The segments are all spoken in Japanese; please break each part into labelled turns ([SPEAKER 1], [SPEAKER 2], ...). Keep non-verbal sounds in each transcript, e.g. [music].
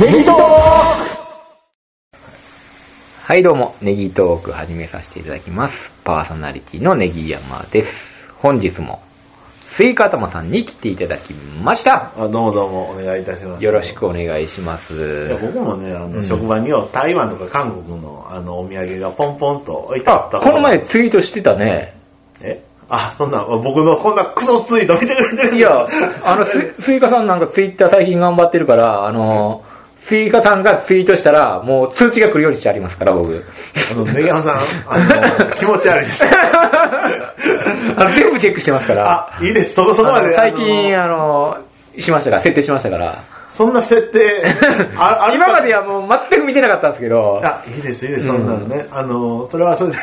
[SPEAKER 1] ネギトー
[SPEAKER 2] はい、どうも、ネギトーク始めさせていただきます。パーソナリティのネギ山です。本日も、スイカ頭さんに来ていただきました。
[SPEAKER 1] クあどうもどうもお願いいたします。
[SPEAKER 2] よろしくお願いします
[SPEAKER 1] いや。僕もね、あの、
[SPEAKER 2] うん
[SPEAKER 1] 職場には台湾とか韓国のあのお土産がポンポンと置いてあっ
[SPEAKER 2] あ
[SPEAKER 1] た、
[SPEAKER 2] この前ツイートしてたね。
[SPEAKER 1] えあ、そんな、僕のこんなクソツイート見てくれてる
[SPEAKER 2] いや、あの、ススイカさんなんかツイッター最近頑張ってるから、あの、スイカさんがツイートしたら、もう通知が来るようにしてありますから、
[SPEAKER 1] [laughs]
[SPEAKER 2] 僕。
[SPEAKER 1] あの、ネギハさん、あの、
[SPEAKER 2] [laughs]
[SPEAKER 1] 気持ち悪いです。
[SPEAKER 2] あの全部チェックしてますから。
[SPEAKER 1] あ、いいです、そこそこま
[SPEAKER 2] あ
[SPEAKER 1] で。
[SPEAKER 2] の最近、
[SPEAKER 1] あの
[SPEAKER 2] あの、しましたから、設定しましたから。
[SPEAKER 1] そんな設定、あ
[SPEAKER 2] 今まで
[SPEAKER 1] や
[SPEAKER 2] はもう全く見てなかったんですけど、
[SPEAKER 1] あ、いいです、いいです、そんなのね。あの、それはそれ [laughs] で。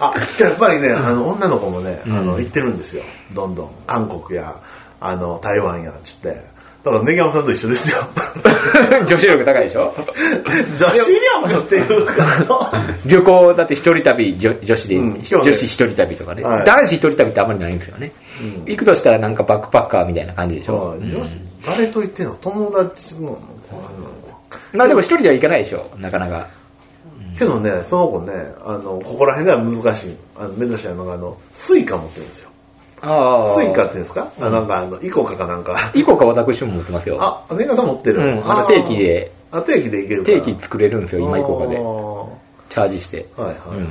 [SPEAKER 1] あ、やっぱりね、あの、女の子もね、あ
[SPEAKER 2] う
[SPEAKER 1] の、
[SPEAKER 2] ん
[SPEAKER 1] 行ってるんですよ。どんどん。韓国や、あの、台湾や、つって。だから、ネギ山さんと一緒ですよ。 [laughs]
[SPEAKER 2] 女子力高いでしょ
[SPEAKER 1] 女子力っていうか、そう
[SPEAKER 2] 旅行だって一人旅女女子で、
[SPEAKER 1] うん
[SPEAKER 2] 女
[SPEAKER 1] そう
[SPEAKER 2] 子
[SPEAKER 1] ね
[SPEAKER 2] 一人旅とかね、
[SPEAKER 1] はい
[SPEAKER 2] 男子一人旅ってあんまりないんですよね、
[SPEAKER 1] うん
[SPEAKER 2] 行くとしたらなんかバックパッカーみたいな感じでしょ、
[SPEAKER 1] まあ
[SPEAKER 2] うん
[SPEAKER 1] 女子誰と行ってんの友達なのかな
[SPEAKER 2] まあでも一人では行かないでしょなかなか
[SPEAKER 1] けどね、その子ね、あの、ここら辺では難しい。あの、珍しいのが、あの、スイカ持ってるんですよ。
[SPEAKER 2] あ
[SPEAKER 1] スイカっていうんですかあなんか、あの、イコカかなんか。
[SPEAKER 2] 以降か私も持ってますよ
[SPEAKER 1] あ、ネギ山さん持ってる。
[SPEAKER 2] うんまた
[SPEAKER 1] あ
[SPEAKER 2] 定
[SPEAKER 1] ー
[SPEAKER 2] 期で。
[SPEAKER 1] あ、定期で行けるから
[SPEAKER 2] 定期作れるんですよ今以降かで
[SPEAKER 1] あ
[SPEAKER 2] チャージして
[SPEAKER 1] ーはいはいはい。
[SPEAKER 2] うん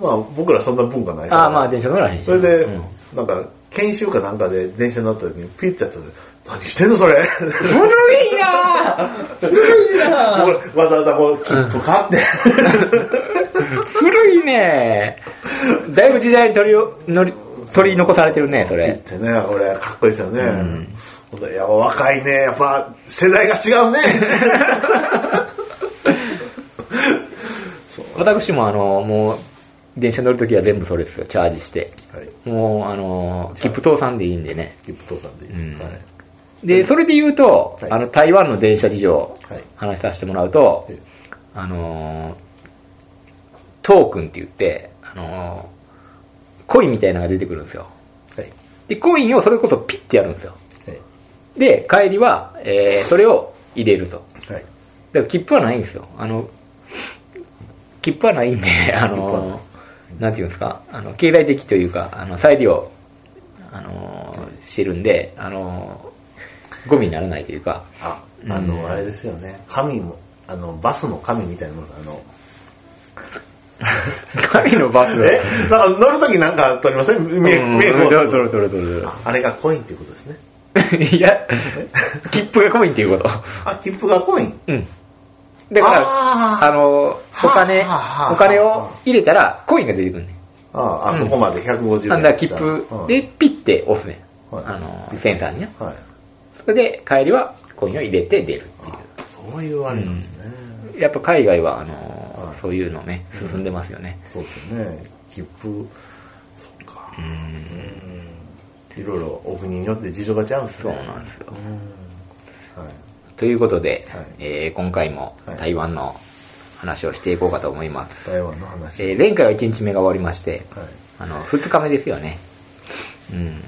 [SPEAKER 1] まあ僕らそんな文化ないから。
[SPEAKER 2] ああまあ電車乗らへんし
[SPEAKER 1] それで、
[SPEAKER 2] うん
[SPEAKER 1] なんか研修かなんかで電車乗った時にピッてやった時何してんのそれ
[SPEAKER 2] 古いなぁ古いなぁ
[SPEAKER 1] 俺わざわざこう切符買って。
[SPEAKER 2] 古いねぇだいぶ時代に取りを乗り取り残されてるねそ
[SPEAKER 1] 切っ
[SPEAKER 2] れ
[SPEAKER 1] てね、これかっこいいですよね。
[SPEAKER 2] ん
[SPEAKER 1] ほんといや、若いね。やっぱ世代が違
[SPEAKER 2] [laughs]
[SPEAKER 1] うね。
[SPEAKER 2] 私もあのもう電車乗るときは全部それですよチャージして
[SPEAKER 1] はい。
[SPEAKER 2] もうあの切符倒産でいいんでね
[SPEAKER 1] 切符父さんでいいです。
[SPEAKER 2] うん
[SPEAKER 1] はい。
[SPEAKER 2] でそれで言うと、
[SPEAKER 1] はい
[SPEAKER 2] あの台湾の電車事情
[SPEAKER 1] はい
[SPEAKER 2] 話させてもらうと、
[SPEAKER 1] え
[SPEAKER 2] あのトークンって言ってあのコインみたいなのが出てくるんですよ
[SPEAKER 1] はい。
[SPEAKER 2] でコインをそれこそピッてやるんですよ
[SPEAKER 1] はい。
[SPEAKER 2] で帰りは、えーそれを入れると
[SPEAKER 1] はい。
[SPEAKER 2] だから切符はないんですよ。あの、切符はないんで、あ
[SPEAKER 1] 切符はない
[SPEAKER 2] の、なんていうんですか、あの、経済的というか、あの、再利用、あの、してるんで、あの、ゴミにならないというか、
[SPEAKER 1] あ、あ
[SPEAKER 2] う
[SPEAKER 1] の、
[SPEAKER 2] ん
[SPEAKER 1] あれですよね。紙も、あの、バスの紙みたいなもんです。あの、
[SPEAKER 2] 神のバス
[SPEAKER 1] えなんか乗るときなんか撮りません
[SPEAKER 2] うん
[SPEAKER 1] メイク、メイク
[SPEAKER 2] ど
[SPEAKER 1] を
[SPEAKER 2] れどれどれどれど
[SPEAKER 1] ああれがコインっていうことですね。
[SPEAKER 2] れ [laughs] いや、切符がコインっていうこと。
[SPEAKER 1] あ、切符がコイン
[SPEAKER 2] うん。だから、
[SPEAKER 1] あ
[SPEAKER 2] あ
[SPEAKER 1] ー
[SPEAKER 2] の、お
[SPEAKER 1] は
[SPEAKER 2] 金
[SPEAKER 1] あはあはあ、
[SPEAKER 2] お金を入れたら、コインが出てくるねん。
[SPEAKER 1] ああ、
[SPEAKER 2] うん
[SPEAKER 1] ここまで150円。
[SPEAKER 2] なんだ、切符で
[SPEAKER 1] うん
[SPEAKER 2] ピッて押すねん。
[SPEAKER 1] はい
[SPEAKER 2] あの、センサーにね。
[SPEAKER 1] はい。
[SPEAKER 2] それで帰りはコインを入れて出るって
[SPEAKER 1] あそういうあれなんですね。
[SPEAKER 2] いう。やっぱ海外は、あのー
[SPEAKER 1] はい
[SPEAKER 2] そういうのね、進んでますよね。
[SPEAKER 1] そうですよね。切符、そっか。
[SPEAKER 2] う。
[SPEAKER 1] うんんいろいろお国によって事情が違うんです
[SPEAKER 2] そう
[SPEAKER 1] ね。
[SPEAKER 2] なんですよ。
[SPEAKER 1] うんはい。
[SPEAKER 2] ということで、
[SPEAKER 1] はい
[SPEAKER 2] えー今回も
[SPEAKER 1] はい
[SPEAKER 2] 台湾の話をしていこうかと思います。
[SPEAKER 1] 台湾の話。
[SPEAKER 2] えー前回は1日目が終わりまして、
[SPEAKER 1] はい。
[SPEAKER 2] あの、2日目ですよね。うん。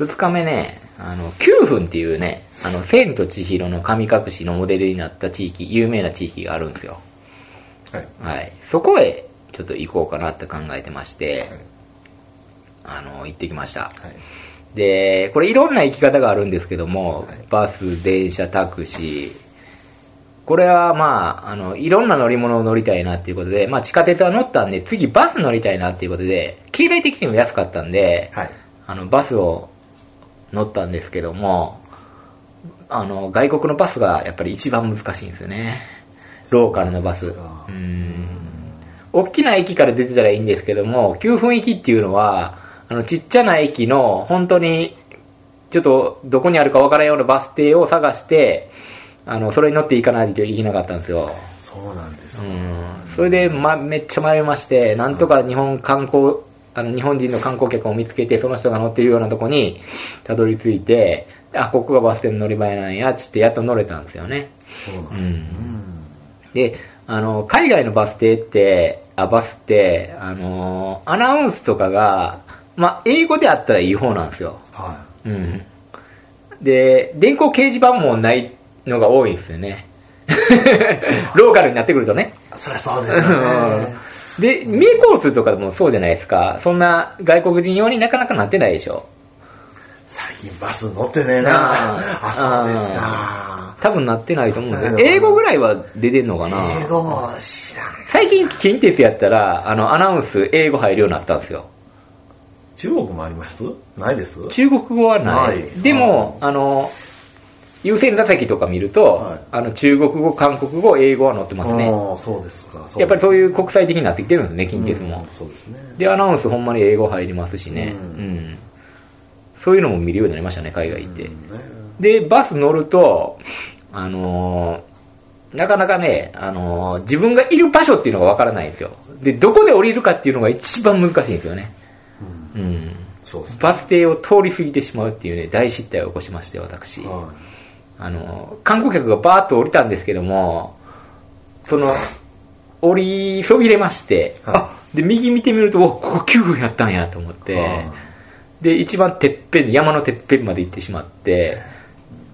[SPEAKER 2] 2日目ね、あの、9分っていうね、あの、千と千尋の神隠しのモデルになった地域、有名な地域があるんですよ。
[SPEAKER 1] はい。
[SPEAKER 2] はい、そこへちょっと行こうかなって考えてまして、
[SPEAKER 1] はい
[SPEAKER 2] あの行ってきました、
[SPEAKER 1] はい。
[SPEAKER 2] でこれいろんな行き方があるんですけども、
[SPEAKER 1] はい
[SPEAKER 2] バス電車タクシーこれはまああのいろんな乗り物を乗りたいなっていうことで、まあ、地下鉄は乗ったんで次バス乗りたいなっていうことで経済的にも安かったんで、
[SPEAKER 1] はい。
[SPEAKER 2] あのバスを乗ったんですけどもあの外国のバスがやっぱり一番難しいんですよねローカルのバス
[SPEAKER 1] あ
[SPEAKER 2] う
[SPEAKER 1] ー
[SPEAKER 2] ん大きな駅から出てたらいいんですけども、9分駅っていうのは、あの、ちっちゃな駅の、本当に、ちょっと、どこにあるかわからんようなバス停を探して、あの、それに乗っていかないといけなかったんですよ。
[SPEAKER 1] そうなんです
[SPEAKER 2] う
[SPEAKER 1] ね。
[SPEAKER 2] ん。それで、ま、めっちゃ迷いまして、なんとか日本観光、あの、日本人の観光客を見つけて、その人が乗っているようなとこに、たどり着いて、あ、ここがバス停の乗り場やなんや、つってやっと乗れたんですよね。
[SPEAKER 1] そうなんですね。
[SPEAKER 2] う
[SPEAKER 1] うん
[SPEAKER 2] で、あの、海外のバス停って、あ、バスって、あの、アナウンスとかが、まあ、英語であったらいい方なんですよ。
[SPEAKER 1] は
[SPEAKER 2] うん。で、電光掲示板もないのが多いですよ
[SPEAKER 1] [laughs]
[SPEAKER 2] ね。ローカルになってくるとね。
[SPEAKER 1] そりゃそうですよね。
[SPEAKER 2] で、名コースとかもそうじゃないですか。そんな外国人用になかなかなってないでしょ。
[SPEAKER 1] 最近バス乗ってねえな
[SPEAKER 2] あ
[SPEAKER 1] あ、そうですか。
[SPEAKER 2] 多分なってないと思うんだ
[SPEAKER 1] な
[SPEAKER 2] よ
[SPEAKER 1] る
[SPEAKER 2] ね。
[SPEAKER 1] ほど
[SPEAKER 2] 英語ぐらいは出てんのかな。
[SPEAKER 1] 英語も知らん。
[SPEAKER 2] 最近、近鉄やったら、あの、アナウンス、英語入るようになったんですよ。
[SPEAKER 1] 中国もありますないです
[SPEAKER 2] 中国語はない。
[SPEAKER 1] ない
[SPEAKER 2] でも、あの、優先座席とか見ると、
[SPEAKER 1] はい
[SPEAKER 2] あの、中国語、韓国語、英語は載ってますね。
[SPEAKER 1] ああそうですか。
[SPEAKER 2] やっぱりそう
[SPEAKER 1] う
[SPEAKER 2] いう国際的になってきてるんですね、近鉄も
[SPEAKER 1] うん。そうですね。
[SPEAKER 2] で、アナウンスほんまに英語入りますしね。う
[SPEAKER 1] うんん。
[SPEAKER 2] そういうのも見るようになりましたね、海外行って。
[SPEAKER 1] うんね
[SPEAKER 2] で、バス乗ると、あのーなかなかね、あのー自分がいる場所っていうのがわからないんですよ。で、どこで降りるかっていうのが一番難しいんですよね。
[SPEAKER 1] うん
[SPEAKER 2] うん。
[SPEAKER 1] そうですね。
[SPEAKER 2] バス停を通り過ぎてしまうっていうね、大失態を起こしまして、私。
[SPEAKER 1] は
[SPEAKER 2] あの、観光客がバーッと降りたんですけども、その、降りそびれまして、
[SPEAKER 1] はい
[SPEAKER 2] あで、右見てみると、おここ9分やったんやと思っ
[SPEAKER 1] い
[SPEAKER 2] て、で、一番てっぺん、山のてっぺんまで行ってしまって、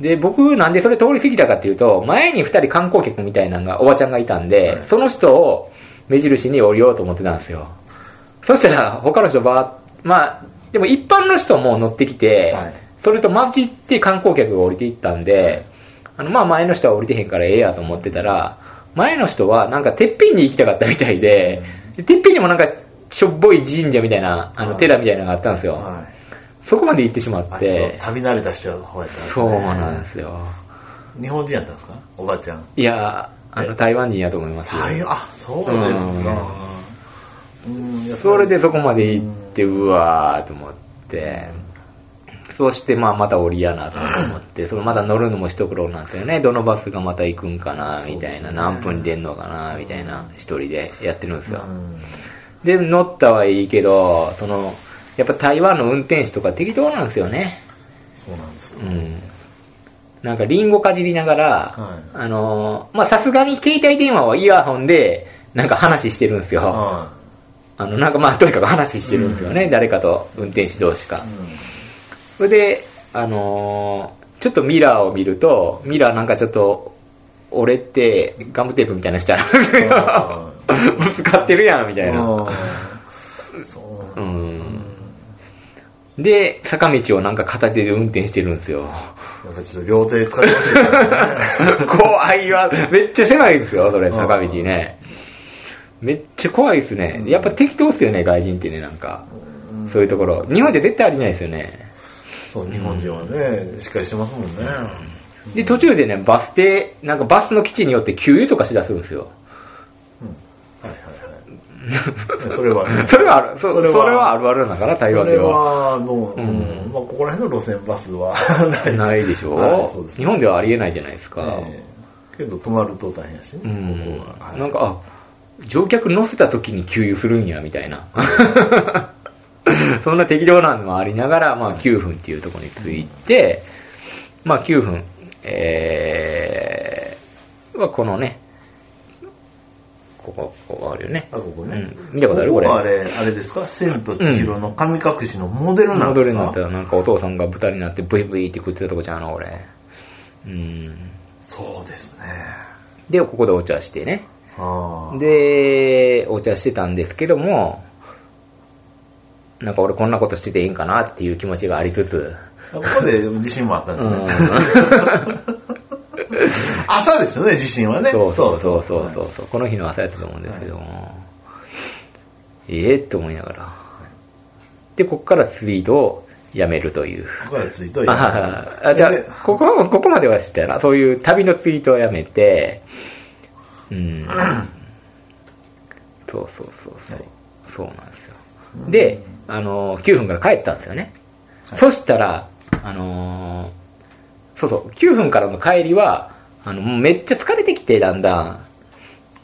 [SPEAKER 2] で、僕なんでそれ通り過ぎたかっていうと、前に2人観光客みたいなのが、おばちゃんがいたんで、
[SPEAKER 1] はい
[SPEAKER 2] その人を目印に降りようと思ってたんですよ。そしたら、他の人ばー、まあ、でも一般の人も乗ってきて、
[SPEAKER 1] はい
[SPEAKER 2] それと混じって観光客が降りていったんで、あの、まあ前の人は降りてへんからええやと思ってたら、前の人はなんかてっぺんに行きたかったみたいで、でてっぺんにもなんかしょっぼい神社みたいな、あの、
[SPEAKER 1] はい
[SPEAKER 2] 寺みたいなのがあったんですよ。
[SPEAKER 1] はい。
[SPEAKER 2] そこまで行ってしまっ
[SPEAKER 1] あちょってと、旅慣れた人の方やったんですね
[SPEAKER 2] そうなんですよ。
[SPEAKER 1] 日本人やったんですかおばちゃん。
[SPEAKER 2] いや、あの、台湾人やと思いますよ。
[SPEAKER 1] 大変あ、そうですか。うんやっぱり
[SPEAKER 2] それでそこまで行って、うわーと思って、そしてまあまた降りやなと思 [laughs] って、そのまた乗るのも一苦労なんですよね。どのバスがまた行くんかな、みたいな、
[SPEAKER 1] そうですね
[SPEAKER 2] 何分に出んのかな、みたいな、一人でやってるんです
[SPEAKER 1] う
[SPEAKER 2] よ。
[SPEAKER 1] ん
[SPEAKER 2] で、乗ったはいいけど、その、やっぱ台湾の運転手とか適当なんですよね。
[SPEAKER 1] そうなんです
[SPEAKER 2] う
[SPEAKER 1] ね。
[SPEAKER 2] ん。なんかリンゴかじりながら、
[SPEAKER 1] はい
[SPEAKER 2] あのーまあさすがに携帯電話はイヤホンで、なんか話してるんですよ。
[SPEAKER 1] は
[SPEAKER 2] あの、なんかまあ、とにかく話してるんですよね、誰かと、運転手同士
[SPEAKER 1] い
[SPEAKER 2] か。
[SPEAKER 1] う
[SPEAKER 2] それで、あのーちょっとミラーを見ると、ミラーなんかちょっと、折れて、ガムテープみたいなのしてあるんですよ。ぶつかってるやん、みたい
[SPEAKER 1] ん
[SPEAKER 2] な。
[SPEAKER 1] うんそう
[SPEAKER 2] う
[SPEAKER 1] なん
[SPEAKER 2] ん。で、坂道をなんか片手で運転してるんですよ。
[SPEAKER 1] やっぱちょっと両手使ってほしいから
[SPEAKER 2] [laughs]
[SPEAKER 1] ね。
[SPEAKER 2] 怖いわ。めっちゃ狭いですよ、それ、
[SPEAKER 1] うん
[SPEAKER 2] 坂道ね。めっちゃ怖いですね。やっぱ適当っすよね、外人ってね、なんか。
[SPEAKER 1] うん
[SPEAKER 2] そういうところ。日本じゃ絶対ありえないですよね。
[SPEAKER 1] そう、日本人はね、しっかりしてますもんね。
[SPEAKER 2] で、途中でね、バス停、なんかバスの基地によって給油とかしだすんですよ。、
[SPEAKER 1] うんはいはいはい。それ
[SPEAKER 2] [laughs]
[SPEAKER 1] は
[SPEAKER 2] それはある、そ
[SPEAKER 1] そ
[SPEAKER 2] れ
[SPEAKER 1] れ
[SPEAKER 2] は
[SPEAKER 1] は
[SPEAKER 2] それはあるあるなんかな、台湾
[SPEAKER 1] そ
[SPEAKER 2] で
[SPEAKER 1] れ
[SPEAKER 2] は。
[SPEAKER 1] は、もう、
[SPEAKER 2] う
[SPEAKER 1] うんんまあ、ここら辺の路線バスはない
[SPEAKER 2] ないでしょ、
[SPEAKER 1] はいそうですね
[SPEAKER 2] 日本ではありえないじゃないですか。
[SPEAKER 1] ええけど、止まると大変やし
[SPEAKER 2] う
[SPEAKER 1] ね、
[SPEAKER 2] ん
[SPEAKER 1] ここは。はい
[SPEAKER 2] なんか、あ、乗客乗せた時に給油するんや、みたいな。 [laughs] そんな適量なのもありながら、まあ9分っていうところについて、まあ9分、えー、はこのね、ここ、ここあるよね。
[SPEAKER 1] あ、ここね。
[SPEAKER 2] うん見たことあるこれ
[SPEAKER 1] はあれ、あれですか千と千尋の神隠しのモデルなん
[SPEAKER 2] 戻
[SPEAKER 1] で
[SPEAKER 2] れ
[SPEAKER 1] す
[SPEAKER 2] になった
[SPEAKER 1] か、
[SPEAKER 2] らなんかお父さんが豚になってブイブイって食ってたとこじゃん、俺。うん。
[SPEAKER 1] そうですね。
[SPEAKER 2] で、ここでお茶してね。
[SPEAKER 1] ああ。
[SPEAKER 2] で、お茶してたんですけども、なんか俺こんなことしてていいんかなっていう気持ちがありつつ、
[SPEAKER 1] ここで自信もあったんですね。 [laughs]
[SPEAKER 2] うん
[SPEAKER 1] 朝ですよね、自信はね。
[SPEAKER 2] そうそうそうそうそう
[SPEAKER 1] はい
[SPEAKER 2] そう、この日の朝やったと思うんですけども、ええと思いながら。で、こっからツイートをやめるという。
[SPEAKER 1] ここからついといて。
[SPEAKER 2] ああじゃあ
[SPEAKER 1] で、
[SPEAKER 2] ここ、ここまでは知ったよな。そういう旅のツイートをやめて、うん。そうそうそうそう。
[SPEAKER 1] はい
[SPEAKER 2] そうなんですよ。で、あのー、9分から帰ったんですよね。
[SPEAKER 1] はい
[SPEAKER 2] そしたら、あのー、そうそう、9分からの帰りは、あの、もうめっちゃ疲れてきて、だんだん。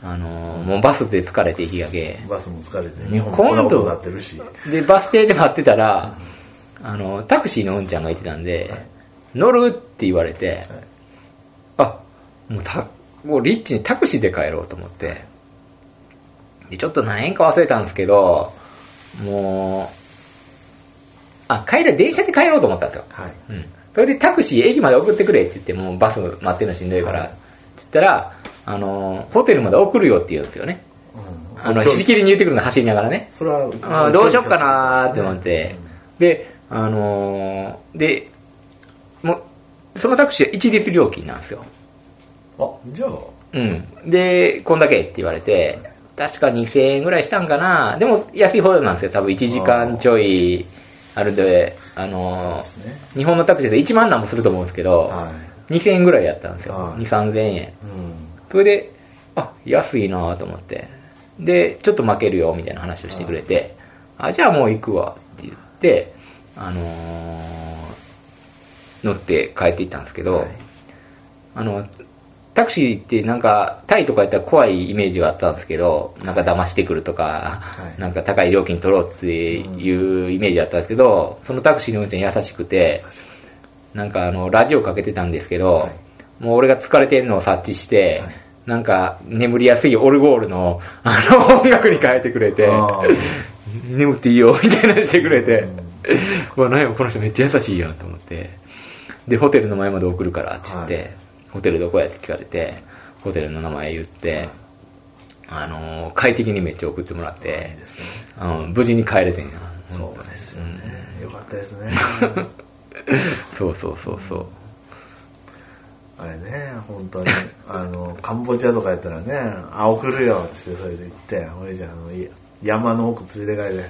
[SPEAKER 2] あのー、もうバスで疲れて行きがけ。
[SPEAKER 1] バスも疲れて、日本もこんなことになってるし。
[SPEAKER 2] で、バス停で待ってたら、あの、タクシーのうんちゃんがいてたんで、
[SPEAKER 1] はい
[SPEAKER 2] 乗るって言われて、
[SPEAKER 1] はい
[SPEAKER 2] あ、もうた、もうリッチにタクシーで帰ろうと思って、で、ちょっと何円か忘れたんですけど、もう、あ、帰りは電車で帰ろうと思ったんですよ。
[SPEAKER 1] はい。
[SPEAKER 2] うん。それでタクシー駅まで送ってくれって言って、もうバス待ってるのしんどいから、って言ったら、あの、ホテルまで送るよって言うんですよね。
[SPEAKER 1] うん
[SPEAKER 2] あの、ひじきりに言ってくるの走りながらね。
[SPEAKER 1] それは
[SPEAKER 2] あーどうしよっかなーって思って
[SPEAKER 1] うん。
[SPEAKER 2] で、あのーで、もう、そのタクシーは一律料金なんですよ。
[SPEAKER 1] あじゃあ
[SPEAKER 2] うん。で、こんだけって言われて、確か2000円ぐらいしたんかな。でも安い方なんですよ。多分1時間ちょいあるで、あのー
[SPEAKER 1] そうですね
[SPEAKER 2] 日本のタクシーで1万なんもすると思うんですけど、
[SPEAKER 1] は
[SPEAKER 2] 2000円ぐらいやったんですよ。
[SPEAKER 1] はい
[SPEAKER 2] 2、3000円。
[SPEAKER 1] うん
[SPEAKER 2] それで、あ、安いなぁと思って。で、ちょっと負けるよ、みたいな話をしてくれて、あ、じゃあもう行くわ、って言って、あのー乗って帰っていったんですけど、
[SPEAKER 1] はい
[SPEAKER 2] あの、タクシーってなんか、タイとかやったら怖いイメージがあったんですけど、なんか騙してくるとか、
[SPEAKER 1] はい
[SPEAKER 2] なんか高い料金取ろうっていうイメージだったんですけど、そのタクシーの運転優しくて、なんかあの、ラジオかけてたんですけど、
[SPEAKER 1] はい
[SPEAKER 2] もう俺が疲れてんのを察知して、
[SPEAKER 1] はい
[SPEAKER 2] なんか眠りやすいオルゴールのあの音楽に変えてくれて
[SPEAKER 1] あ、
[SPEAKER 2] 眠っていいよみたいなのしてくれて
[SPEAKER 1] うん、
[SPEAKER 2] うわ、なんやこの人めっちゃ優しいやんと思って、で、ホテルの前まで送るからって言って、
[SPEAKER 1] はい
[SPEAKER 2] ホテルどこやって聞かれて、ホテルの名前言って、あのー快適にめっちゃ送ってもらっ
[SPEAKER 1] いい
[SPEAKER 2] て、
[SPEAKER 1] ですね
[SPEAKER 2] うん、無事に帰れてんや。
[SPEAKER 1] そうですよね、よかったです [laughs] ね
[SPEAKER 2] [laughs] そうそうそうそう。
[SPEAKER 1] あれね本当にあのカンボジアとかやったらね「あ送るよ」ってそれで行って俺じゃああのい山の奥連れて帰って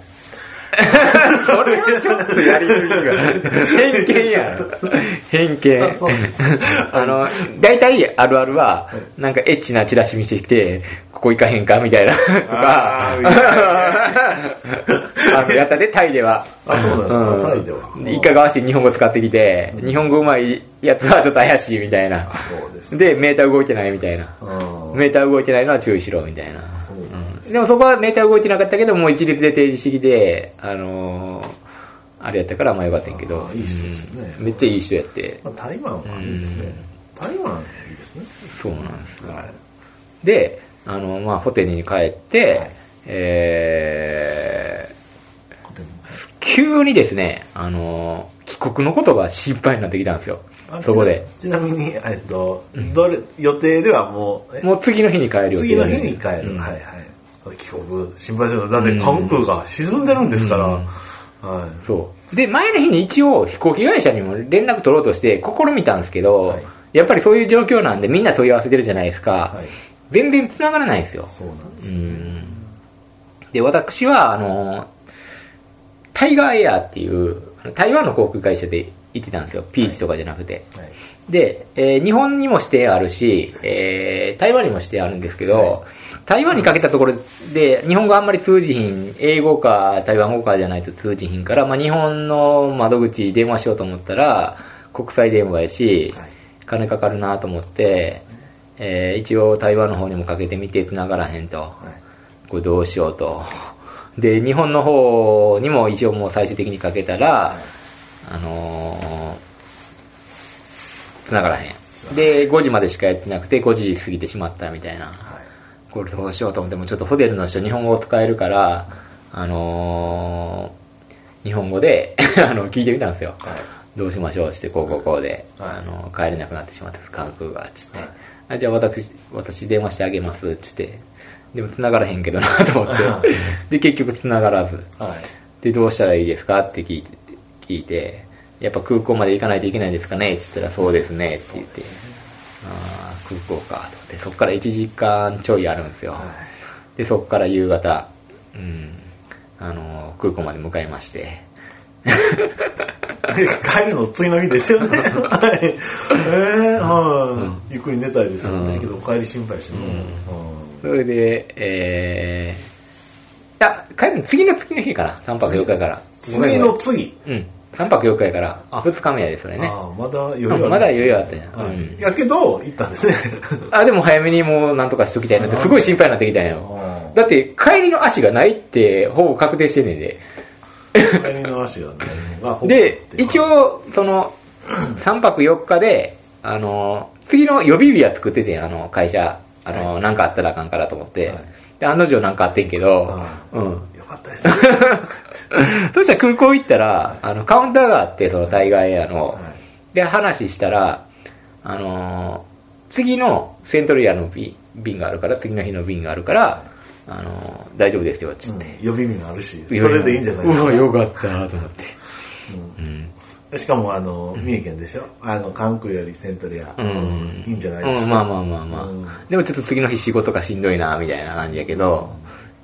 [SPEAKER 2] それはちょっとやりすぎが。偏見やろ。偏見。
[SPEAKER 1] あそうです
[SPEAKER 2] あの、大体あるあるは
[SPEAKER 1] は、
[SPEAKER 2] なんかエッチなチラシ見せてきて、ここ行かへんかみたいな、と
[SPEAKER 1] あーいいね
[SPEAKER 2] か。あの、やったで、タイでは。
[SPEAKER 1] あそうなんだ
[SPEAKER 2] ん
[SPEAKER 1] タイではい
[SPEAKER 2] かがわしい日本語使ってきて、日本語うまいやつはちょっと怪しいみたいな
[SPEAKER 1] あ。そうです
[SPEAKER 2] で、メーター動いてないみたいな。
[SPEAKER 1] うん
[SPEAKER 2] メーター動いてないのは注意しろみたいな。
[SPEAKER 1] そうなん
[SPEAKER 2] うんでもそこはメーター動いてなかったけど、もう一律で提示してきて、あのーあれやったからまあよかったんやけど
[SPEAKER 1] あ、ーいい人ですよね
[SPEAKER 2] うんめっちゃいい人やって
[SPEAKER 1] ま、あ、台湾はいいですね台湾いいですね
[SPEAKER 2] そうなんですよ。
[SPEAKER 1] はい
[SPEAKER 2] で、あのまあホテルに帰って、
[SPEAKER 1] はい
[SPEAKER 2] え
[SPEAKER 1] ホテルも
[SPEAKER 2] ー、急にですね、あのー帰国のことが心配になってきたんですよ
[SPEAKER 1] あ。
[SPEAKER 2] そこで。
[SPEAKER 1] ちなちなみに、えっと、どれ、予定ではもう、え
[SPEAKER 2] もう次の日に帰るよ
[SPEAKER 1] 次の日に帰る。
[SPEAKER 2] うん
[SPEAKER 1] はいはい。帰国、心配するの。だって韓国が沈んでるんですから。
[SPEAKER 2] うん
[SPEAKER 1] はい。
[SPEAKER 2] そう。で、前の日に一応飛行機会社にも連絡取ろうとして試みたんですけど、
[SPEAKER 1] はい
[SPEAKER 2] やっぱりそういう状況なんでみんな問い合わせてるじゃないですか。
[SPEAKER 1] はい
[SPEAKER 2] 全然繋がらないんですよ。
[SPEAKER 1] そうなんで
[SPEAKER 2] う
[SPEAKER 1] す。
[SPEAKER 2] ん。で、私は、あの、タイガーエアっていう、台湾の航空会社で行ってたんですよ。ピーチとかじゃなくて。
[SPEAKER 1] はい。
[SPEAKER 2] で、えー日本にも指定あるし、えー台湾にも指定あるんですけど、
[SPEAKER 1] は
[SPEAKER 2] 台湾にかけたところで、日本語あんまり通じひん、英語か台湾語かじゃないと通じひんから、まあ、日本の窓口電話しようと思ったら、国際電話やし、
[SPEAKER 1] はい
[SPEAKER 2] 金かかるなと思って、えー一応台湾の方にもかけてみて、繋がらへんと。
[SPEAKER 1] はい。
[SPEAKER 2] これどうしようと。で、日本の方にも一応もう最終的にかけたら、あのー、繋がらへん。で、5時までしかやってなくて、5時過ぎてしまったみたいな。
[SPEAKER 1] はい。
[SPEAKER 2] これどうしようと思って、もうちょっとホテルの人日本語を使えるから、あのー、日本語で、 [laughs] あの、聞いてみたんですよ。
[SPEAKER 1] はい
[SPEAKER 2] どうしましょうして、こうこうこうで、
[SPEAKER 1] は
[SPEAKER 2] あ
[SPEAKER 1] い
[SPEAKER 2] の、帰れなくなってしまった、感覚が、つって、
[SPEAKER 1] はい
[SPEAKER 2] あじゃあ私、私電話してあげます、つって。でも繋がらへんけどな、と思って
[SPEAKER 1] は。
[SPEAKER 2] で、結局繋がらず。
[SPEAKER 1] はい。
[SPEAKER 2] で、どうしたらいいですかって聞いて、聞いて、やっぱ空港まで行かないといけないですかねって言ったら、そうですね、って言って。ああ、空港か、と思って。そこから1時間ちょいあるんですよ。
[SPEAKER 1] はい
[SPEAKER 2] で、そこから夕方、うん、あの、空港まで向かいまして。
[SPEAKER 1] 帰るの次の日ですよね。はい。えー、はい、ゆっくり寝たいですよね。
[SPEAKER 2] うん
[SPEAKER 1] けど、お帰り心配しても。
[SPEAKER 2] それで、えー、あ、帰るの次の次の日かな。3泊4日から。ごめ
[SPEAKER 1] 次
[SPEAKER 2] んごめん
[SPEAKER 1] の次。
[SPEAKER 2] うん。3泊4日やから、
[SPEAKER 1] あ
[SPEAKER 2] 2日目やで、それね。
[SPEAKER 1] ああ、まだ余裕
[SPEAKER 2] ま
[SPEAKER 1] ある
[SPEAKER 2] だ余裕あったやん。
[SPEAKER 1] は
[SPEAKER 2] う
[SPEAKER 1] い。
[SPEAKER 2] ん
[SPEAKER 1] やけど、行ったんで
[SPEAKER 2] [laughs]
[SPEAKER 1] すね。
[SPEAKER 2] あ、でも早めにもうなんとかしときたいなって、すごい心配になってきたんや
[SPEAKER 1] あ
[SPEAKER 2] ろ
[SPEAKER 1] ー。
[SPEAKER 2] だって、帰りの足がないって、ほぼ確定してんねんで。
[SPEAKER 1] 帰りの足がないのがほぼ
[SPEAKER 2] で
[SPEAKER 1] っ、ていう
[SPEAKER 2] 一応、その、3泊4日で、あの、次の予備日は作っててん、あの、会社。あの、なんかあったらあかんからと思って。
[SPEAKER 1] はい
[SPEAKER 2] で、案の定なんかあってんけど
[SPEAKER 1] は、
[SPEAKER 2] うん。
[SPEAKER 1] よかったですね。
[SPEAKER 2] [laughs] そしたら空港行ったら、あの、カウンターがあって、そのタイガーエアの、
[SPEAKER 1] は
[SPEAKER 2] で、話したら、あのー次のセントリアの便便があるから、次の日の便があるから、あのー大丈夫ですよ、つって。
[SPEAKER 1] うん、予備日があるし、それでいいんじゃないですか。
[SPEAKER 2] うわ、よかった、と思って。う
[SPEAKER 1] う
[SPEAKER 2] ん。
[SPEAKER 1] んしかも、あの、三重県でしょあの、関空よりセントリア、
[SPEAKER 2] うん。
[SPEAKER 1] いいんじゃないですか。
[SPEAKER 2] うん、まあまあまあまあ。
[SPEAKER 1] うん
[SPEAKER 2] でもちょっと次の日仕事がしんどいな、みたいな感じやけど、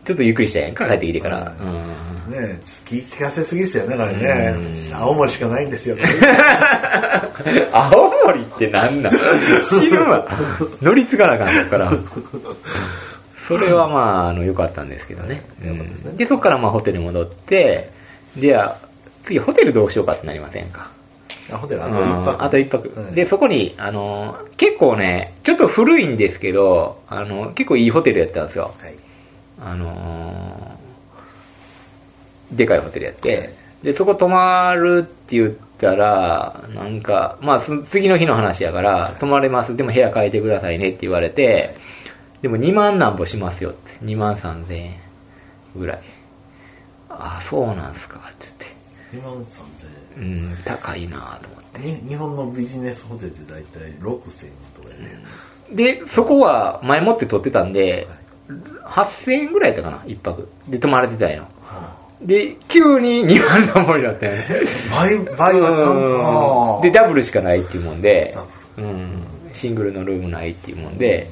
[SPEAKER 2] ちょっとゆっくりしたいやんか、帰ってきてから。
[SPEAKER 1] う
[SPEAKER 2] うん。
[SPEAKER 1] ねえ、聞き聞かせすぎですよね、だからね
[SPEAKER 2] う。ん
[SPEAKER 1] 青森しかないんで
[SPEAKER 2] [laughs]
[SPEAKER 1] すよ。
[SPEAKER 2] 青森ってなんなん死ぬわ。乗り継がなあかんのから。それはまあ、あの、良かったんですけどね。
[SPEAKER 1] はい良かったですね
[SPEAKER 2] うんで、そこからまあホテルに戻って、では、次ホテルどうしようかってなりませんか。
[SPEAKER 1] あホテルあ
[SPEAKER 2] あ
[SPEAKER 1] と一泊。
[SPEAKER 2] あと一泊、
[SPEAKER 1] はい
[SPEAKER 2] で、そこに、あの、結構ね、ちょっと古いんですけど、あの、結構いいホテルやったんですよ。
[SPEAKER 1] はい。
[SPEAKER 2] あのーでかいホテルやって、で、そこ泊まるって言ったら、なんか、まあ、す次の日の話やから、泊まれます、でも部屋変えてくださいねって言われて、でも2万なんぼしますよって、2万3000円ぐらい。あ、そうなんすか、って
[SPEAKER 1] 2万3000
[SPEAKER 2] 言って。うん、高いなと思って。
[SPEAKER 1] 円。に日本のビジネスホテルって大体6000円とかやね。
[SPEAKER 2] で、そこは前もって取ってたんで、8000円ぐらいやったかな、1泊。で、泊まれてたんよ。
[SPEAKER 1] は
[SPEAKER 2] で、急に2万のもりだったよね。
[SPEAKER 1] あ倍、倍は
[SPEAKER 2] うん
[SPEAKER 1] 3、ああ
[SPEAKER 2] で、ダブルしかないっていうもんで
[SPEAKER 1] ダ、
[SPEAKER 2] うん、シングルのルームないっていうもんで、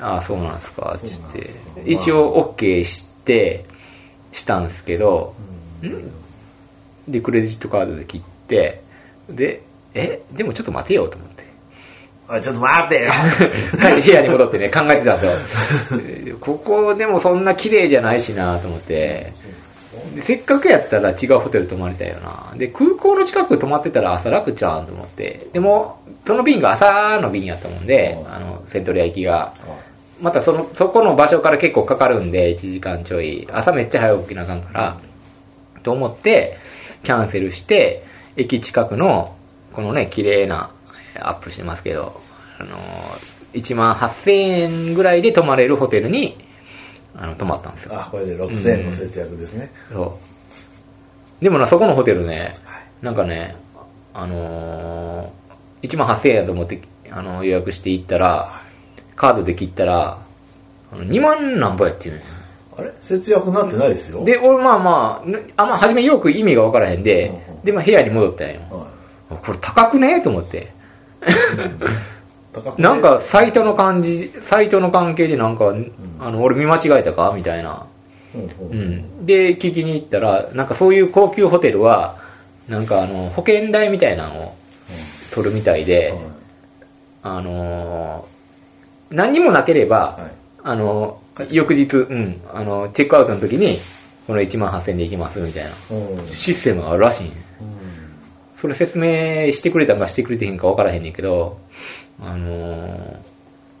[SPEAKER 2] ああ、そうなんすか、つ
[SPEAKER 1] そうなん
[SPEAKER 2] っ
[SPEAKER 1] すよ
[SPEAKER 2] て。一応 OK して、したんすけど、
[SPEAKER 1] うん
[SPEAKER 2] で、クレジットカードで切って、で、え、でもちょっと待てよと思って。
[SPEAKER 1] あ、ちょっと
[SPEAKER 2] [laughs]
[SPEAKER 1] 待ってよ。
[SPEAKER 2] 帰って部屋に戻ってね、考えてたんですよえ
[SPEAKER 1] [laughs]
[SPEAKER 2] ー。ここでもそんな綺麗じゃないしなと思って。でせっかくやったら違うホテル泊まりたいよな。で、空港の近く泊まってたら朝楽ちゃんと思って。でも、その便が朝の便やったもんで、
[SPEAKER 1] うん
[SPEAKER 2] あの、セントリア行きが。
[SPEAKER 1] あ
[SPEAKER 2] またその、そこの場所から結構かかるんで、1時間ちょい。朝めっちゃ早起きなあかんから、と思って、キャンセルして、駅近くの、このね、綺麗な、えーアップしてますけど、あのー、1万8000円ぐらいで泊まれるホテルに、あの、泊まったんですよ。
[SPEAKER 1] あ、これで6000円の節約ですね。
[SPEAKER 2] そう。でもな、そこのホテルね、
[SPEAKER 1] はい
[SPEAKER 2] なんかね、あのー、1万8000円やと思って、あのー予約して行ったら、カードで切ったら、あの2万なんぼやっていうね。
[SPEAKER 1] あれ節約になってないですよ。
[SPEAKER 2] で、俺まあまあ、ぬあんま初めよく意味がわからへんで
[SPEAKER 1] うんう、ん
[SPEAKER 2] で、まあ部屋に戻ったんよ。
[SPEAKER 1] は
[SPEAKER 2] あこれ高くねと思って。
[SPEAKER 1] い、高く
[SPEAKER 2] [laughs]
[SPEAKER 1] て
[SPEAKER 2] なんか、サイトの感じ、サイトの関係でなんか、あの、俺見間違えたかみたいな。
[SPEAKER 1] うんうん
[SPEAKER 2] うん。で、聞きに行ったら、なんかそういう高級ホテルは、なんかあの、保険代みたいなのを取るみたいで、
[SPEAKER 1] うん
[SPEAKER 2] あのー何にもなければ、
[SPEAKER 1] はい
[SPEAKER 2] あのー翌日、うん、あのーチェックアウトの時に、この1万8000で行きます、みたいな。
[SPEAKER 1] うんうん
[SPEAKER 2] システムがあるらしいんやそれ説明してくれたんかしてくれてへんか分からへんねんけど、あのー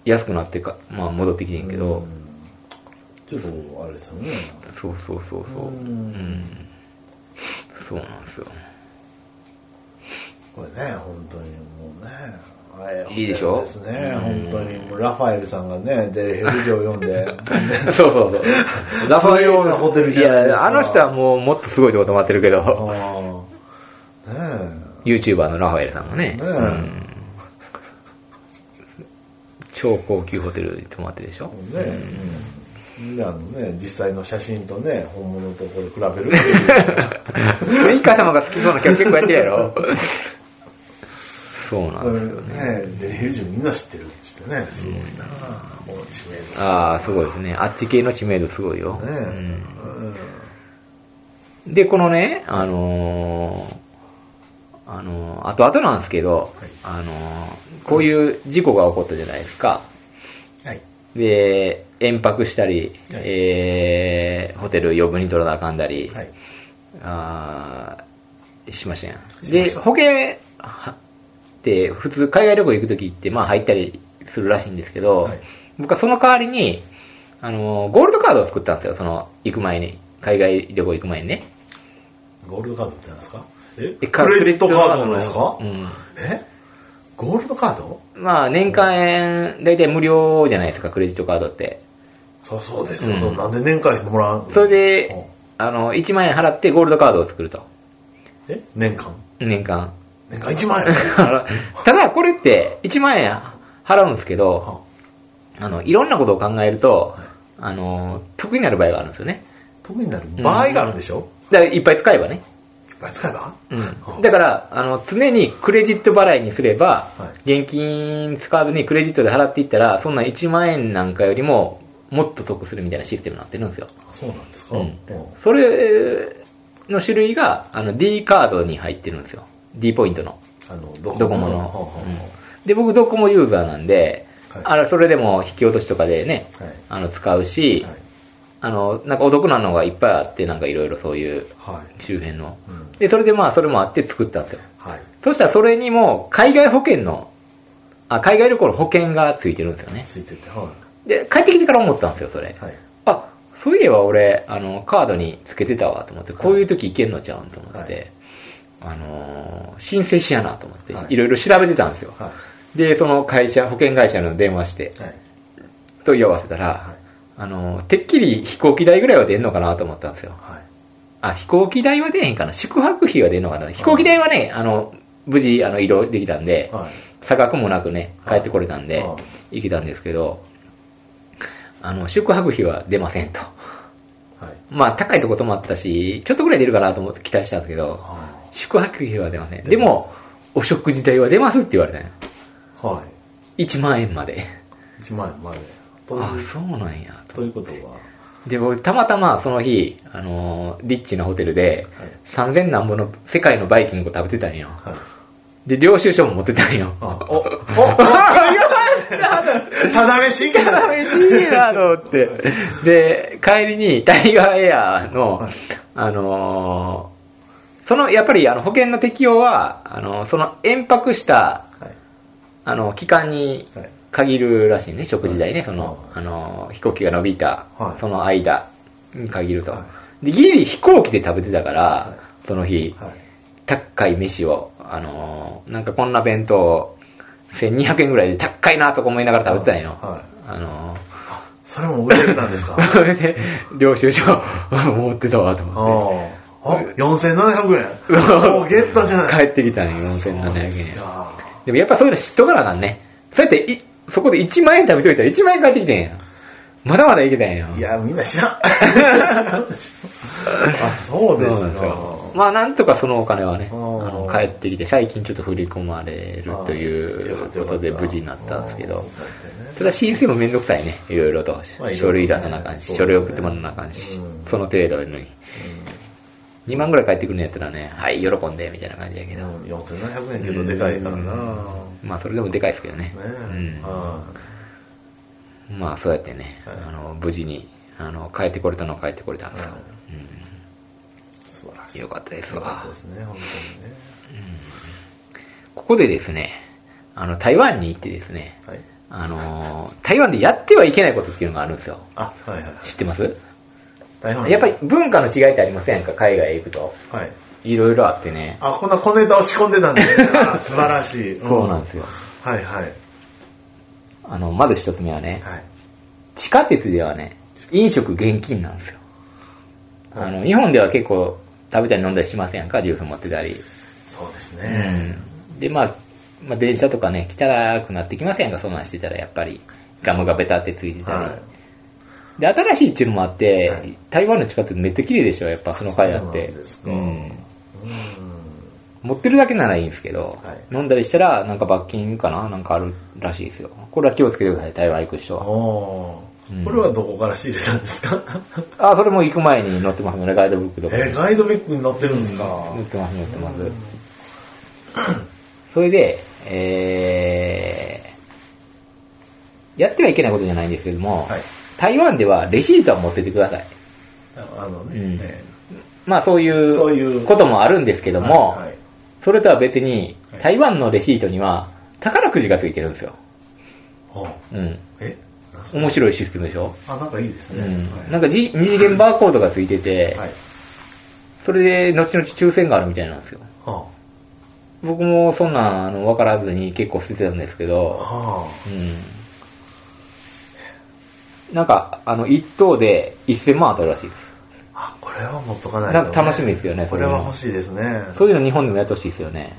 [SPEAKER 2] 安くなってか、まあ戻ってきてんけど、
[SPEAKER 1] うんちょっとあれですよね
[SPEAKER 2] そうそうそうそう。う
[SPEAKER 1] うん
[SPEAKER 2] ん。そうなんですよ。
[SPEAKER 1] これね本当にもうねあれ
[SPEAKER 2] いいでしょ
[SPEAKER 1] ですね
[SPEAKER 2] うん
[SPEAKER 1] 本当にもうラファエルさんがねデルヘルジを読ん
[SPEAKER 2] [laughs]
[SPEAKER 1] で
[SPEAKER 2] [laughs] そうそうそう。
[SPEAKER 1] そういうようなホテルじゃないですか
[SPEAKER 2] や、あの人はもうもっとすごいとこ泊まってるけ
[SPEAKER 1] あ
[SPEAKER 2] ど、
[SPEAKER 1] ーね
[SPEAKER 2] YouTuber のラファエルさんもね、
[SPEAKER 1] ねえ
[SPEAKER 2] うん超高級ホテルに泊まってるでしょ
[SPEAKER 1] えも。うねみんなのね実際の写真とね本物とこれ比べるっていう
[SPEAKER 2] [laughs] メイカ様が好きそうな曲結構やってるやろ。そうな
[SPEAKER 1] こ
[SPEAKER 2] ん
[SPEAKER 1] れ
[SPEAKER 2] ですよね。
[SPEAKER 1] ねデルヘルジみんな知ってるって言ってねすごいなもう知名度
[SPEAKER 2] ああ、すごいですね。あっち系の知名度すごいよ。
[SPEAKER 1] ねうん
[SPEAKER 2] うんで、このね、あのーあのー、後々なんですけど、
[SPEAKER 1] はい
[SPEAKER 2] あのーこういう事故が起こったじゃないですか。
[SPEAKER 1] はい
[SPEAKER 2] で、延泊したり、
[SPEAKER 1] はい
[SPEAKER 2] えーホテル余分に取らなあかんだり、
[SPEAKER 1] はい
[SPEAKER 2] あーしましたやん。
[SPEAKER 1] しま
[SPEAKER 2] で、
[SPEAKER 1] した
[SPEAKER 2] 保険はって、普通海外旅行行くときって、まあ入ったりするらしいんですけど、
[SPEAKER 1] はい
[SPEAKER 2] 僕はその代わりに、あのー、ゴールドカードを作ったんですよ、その、行く前に。海外旅行行く前にね。
[SPEAKER 1] ゴールドカードってなんですかえ
[SPEAKER 2] え
[SPEAKER 1] クレジットカードですか、
[SPEAKER 2] うん。
[SPEAKER 1] えゴールドカード
[SPEAKER 2] まあ、年間、だいたい無料じゃないですか、クレジットカードって。
[SPEAKER 1] そうそうですよ、
[SPEAKER 2] うん
[SPEAKER 1] そうなんで年会費もらう
[SPEAKER 2] それで、あの、1万円払ってゴールドカードを作ると。
[SPEAKER 1] え年間
[SPEAKER 2] 年間。
[SPEAKER 1] 年間1万円。 [laughs]
[SPEAKER 2] あのただこれって1万円払うんですけ
[SPEAKER 1] は
[SPEAKER 2] ど、あの、いろんなことを考えると、あの、得になる場合があるんですよね。
[SPEAKER 1] 特になる場合があるんでしょ、
[SPEAKER 2] だからいっぱい使えばね。
[SPEAKER 1] いっぱい使えば
[SPEAKER 2] うん。だから、あの、常にクレジット払いにすれば、
[SPEAKER 1] は
[SPEAKER 2] 現金使わずにクレジットで払っていったら、そんな1万円なんかよりも、もっと得するみたいなシステムになってるんですよ。
[SPEAKER 1] あそうなんですか、
[SPEAKER 2] う
[SPEAKER 1] うん
[SPEAKER 2] ん。それの種類が、あの、D カードに入ってるんですよ。D ポイントの。
[SPEAKER 1] あの、ド
[SPEAKER 2] ドコモ
[SPEAKER 1] ほう
[SPEAKER 2] の
[SPEAKER 1] ほ。う
[SPEAKER 2] うん
[SPEAKER 1] ほ
[SPEAKER 2] で、僕ドコモユーザーなんで、
[SPEAKER 1] はい
[SPEAKER 2] あの、それでも引き落としとかでね、
[SPEAKER 1] うはい。
[SPEAKER 2] あの、使うし、
[SPEAKER 1] はい。
[SPEAKER 2] あの、なんかお得なのがいっぱいあって、なんかいろいろそういう
[SPEAKER 1] はい。
[SPEAKER 2] 周辺の。
[SPEAKER 1] うん
[SPEAKER 2] で、それでまあ、それもあって作ったんですよ。
[SPEAKER 1] はい。
[SPEAKER 2] そしたらそれにも、海外保険の、あ、海外旅行の保険がついてるんですよね。
[SPEAKER 1] ついてて、は
[SPEAKER 2] で、帰ってきてから思ったんですよ、それ
[SPEAKER 1] い。。はい。
[SPEAKER 2] あ、そういえば俺、あの、カードにつけてたわと思って、こういう時いけんのちゃうんと思って、あのー申請しやなと思って、
[SPEAKER 1] はい
[SPEAKER 2] いろいろ調べてたんですよ。
[SPEAKER 1] は
[SPEAKER 2] で、その会社、保険会社の電話して
[SPEAKER 1] い。、はい。
[SPEAKER 2] 問い合わせたら、
[SPEAKER 1] はい
[SPEAKER 2] あのーてっきり飛行機代ぐらいは出んのかなと思ったんですよ。
[SPEAKER 1] はい。
[SPEAKER 2] あ、飛行機代は出へんかな宿泊費は出んのかな飛行機代はね、あの、無事、あの、移動できたんで、
[SPEAKER 1] はい。
[SPEAKER 2] 差額もなくね、帰ってこれたんで
[SPEAKER 1] はい、
[SPEAKER 2] 行けたんですけど、あの、宿泊費は出ませんと。
[SPEAKER 1] はい。
[SPEAKER 2] まあ、高いとこ泊まってたし、ちょっとぐらい出るかなと思って期待したんですけど、
[SPEAKER 1] は
[SPEAKER 2] 宿泊費は出ません。でも、お食事代は出ますって言われたんや
[SPEAKER 1] い。は
[SPEAKER 2] 1万円まで。
[SPEAKER 1] い。1万円まで。と
[SPEAKER 2] あ、
[SPEAKER 1] いう
[SPEAKER 2] そうなんやと
[SPEAKER 1] ということは、
[SPEAKER 2] で、僕、たまたまその日、あのー、リッチなホテルで、3000何本の世界のバイキングを食べてたんよ。
[SPEAKER 1] はい。はい。
[SPEAKER 2] で、領収書も持ってたんよ。
[SPEAKER 1] あ、
[SPEAKER 2] お、
[SPEAKER 1] お、お、ただ
[SPEAKER 2] [laughs]
[SPEAKER 1] 飯か
[SPEAKER 2] ただ
[SPEAKER 1] ら。
[SPEAKER 2] 飯いいなと思って。で、帰りにタイガーエアの
[SPEAKER 1] はい、
[SPEAKER 2] あのーその、やっぱりあの保険の適用は、あのその延泊した、
[SPEAKER 1] はい。
[SPEAKER 2] あの、期間に
[SPEAKER 1] はい。
[SPEAKER 2] 限るらしいね、食事代ね、
[SPEAKER 1] はい
[SPEAKER 2] その、
[SPEAKER 1] は
[SPEAKER 2] あのー飛行機が伸びた
[SPEAKER 1] は、い
[SPEAKER 2] その間に限ると
[SPEAKER 1] は。
[SPEAKER 2] で、ギリ飛行機で食べてたか
[SPEAKER 1] は
[SPEAKER 2] ら、その日、
[SPEAKER 1] はい。
[SPEAKER 2] 高い飯を、あのーなんかこんな弁当、1200円ぐらいで高いなとか思いながら食べてたんよ。
[SPEAKER 1] は
[SPEAKER 2] あのー
[SPEAKER 1] あそれも売れるなんですかあ
[SPEAKER 2] それで、領収書持ってたわと思っ
[SPEAKER 1] あ。あ、4700円。
[SPEAKER 2] うわ
[SPEAKER 1] おゲットじ
[SPEAKER 2] て。
[SPEAKER 1] ゃな
[SPEAKER 2] 帰
[SPEAKER 1] い。
[SPEAKER 2] ってきたんよ、4700
[SPEAKER 1] いや
[SPEAKER 2] 円。
[SPEAKER 1] ー
[SPEAKER 2] でもやっぱそういうの知っとかなあかんね。そうやってい、そこで1万円食べといたら1万円返ってきてんや。まだまだいけたんや。
[SPEAKER 1] いや、みんな
[SPEAKER 2] [laughs]
[SPEAKER 1] 知らん。あ、そうです
[SPEAKER 2] なんです
[SPEAKER 1] か
[SPEAKER 2] よ。まあなんとかそのお金はね、あ
[SPEAKER 1] あー
[SPEAKER 2] の返ってきて、最近ちょっと振り込まれるということで無事になったんですけど。ただ申請もめんどくさいね、いろいろと
[SPEAKER 1] まあ。いろいろね
[SPEAKER 2] 書類出さなあかん
[SPEAKER 1] そうです
[SPEAKER 2] し、
[SPEAKER 1] ね
[SPEAKER 2] 書類送ってもらわなあかんし
[SPEAKER 1] うん、
[SPEAKER 2] その程度やのに。2万ぐらい返ってくるんやったらね、はい、喜んで、みたいな感じやけ
[SPEAKER 1] い
[SPEAKER 2] ど。
[SPEAKER 1] や、4700円けどでかいからな。
[SPEAKER 2] うんまあそれでもでかいですけどね
[SPEAKER 1] ねえ。は
[SPEAKER 2] うん、まあそうやってね、
[SPEAKER 1] はい
[SPEAKER 2] あの無事にあの帰ってこれたのは帰ってこれたんですよ、
[SPEAKER 1] は
[SPEAKER 2] う
[SPEAKER 1] い素晴らし
[SPEAKER 2] ん、
[SPEAKER 1] い。
[SPEAKER 2] よかったです
[SPEAKER 1] よか
[SPEAKER 2] わ
[SPEAKER 1] ったですね、本
[SPEAKER 2] うんここでですねあの台湾に行ってですね
[SPEAKER 1] 当にね。はい。
[SPEAKER 2] あの台湾でやってはいけないことっていうのがあるんですよ
[SPEAKER 1] あ、はいはい。
[SPEAKER 2] 知ってます
[SPEAKER 1] 台本
[SPEAKER 2] やっぱり。文化の違いってありませんか海外へ行くと
[SPEAKER 1] はい。
[SPEAKER 2] いろいろあってね
[SPEAKER 1] あ、こんな小ネタを仕込ん
[SPEAKER 2] [laughs]
[SPEAKER 1] でたんですね。あ素晴らしい。
[SPEAKER 2] そうなんですよ
[SPEAKER 1] はいはい。
[SPEAKER 2] あのまず一つ目はね、
[SPEAKER 1] はい。
[SPEAKER 2] 地下鉄ではね、飲食現金なんですよ。あの、日本では結構食べたり飲んだりしませんやんか、ジュース持ってたり。
[SPEAKER 1] そうです
[SPEAKER 2] う
[SPEAKER 1] ね。
[SPEAKER 2] ん。で、まあ、まあ、電車とかね、汚くなってきませんやんか、そんなんしてたら、やっぱり。ガムがベタってついてたり。
[SPEAKER 1] は
[SPEAKER 2] で、新しいっていうのもあって、
[SPEAKER 1] はい
[SPEAKER 2] 台湾の地下鉄めっちゃ綺麗でしょ、やっぱその回あって。
[SPEAKER 1] そうなんですか
[SPEAKER 2] ん
[SPEAKER 1] い。うん。
[SPEAKER 2] 持ってるだけならいいんですけど、
[SPEAKER 1] はい
[SPEAKER 2] 飲んだりしたら、なんか罰金かななんかあるらしいですよ。これは気をつけてください、台湾行く人は。
[SPEAKER 1] おー
[SPEAKER 2] うん
[SPEAKER 1] これはどこから仕入れたんですか
[SPEAKER 2] あ、それも行く前に載ってますので、ガイドブックとかに。
[SPEAKER 1] え、ガイドブックに載ってるんですか
[SPEAKER 2] 乗ってます、乗ってます
[SPEAKER 1] うん。
[SPEAKER 2] それで、えー、やってはいけないことじゃないんですけども、
[SPEAKER 1] はい
[SPEAKER 2] 台湾ではレシートは持っててください。
[SPEAKER 1] あのね
[SPEAKER 2] うん
[SPEAKER 1] え
[SPEAKER 2] まあそうい
[SPEAKER 1] そういうう
[SPEAKER 2] こともあるんですけ
[SPEAKER 1] ー
[SPEAKER 2] ども、
[SPEAKER 1] はいはい
[SPEAKER 2] それとは別に
[SPEAKER 1] は、い
[SPEAKER 2] 台湾のレシートには宝くじがついてるんですよ。
[SPEAKER 1] ほう
[SPEAKER 2] うん。
[SPEAKER 1] え
[SPEAKER 2] 面白いシステムでしょ、
[SPEAKER 1] あ、なんかいいです
[SPEAKER 2] う
[SPEAKER 1] ね。
[SPEAKER 2] ん。な
[SPEAKER 1] は
[SPEAKER 2] んかじ二次元バーコードがついてて、
[SPEAKER 1] い。はい。
[SPEAKER 2] それで後々抽選があるみたいなんですよ。
[SPEAKER 1] は
[SPEAKER 2] 僕もそんなんあの分からずに結構捨ててたんですけ
[SPEAKER 1] あ。
[SPEAKER 2] ど、
[SPEAKER 1] は
[SPEAKER 2] うん。なんか、あの、1等で1000万当たるらしいです。
[SPEAKER 1] あ。あ、これは持っとかないと
[SPEAKER 2] なんか楽しみですよね
[SPEAKER 1] これは欲しいですね。
[SPEAKER 2] そういうの日本でもやってほしいですよね。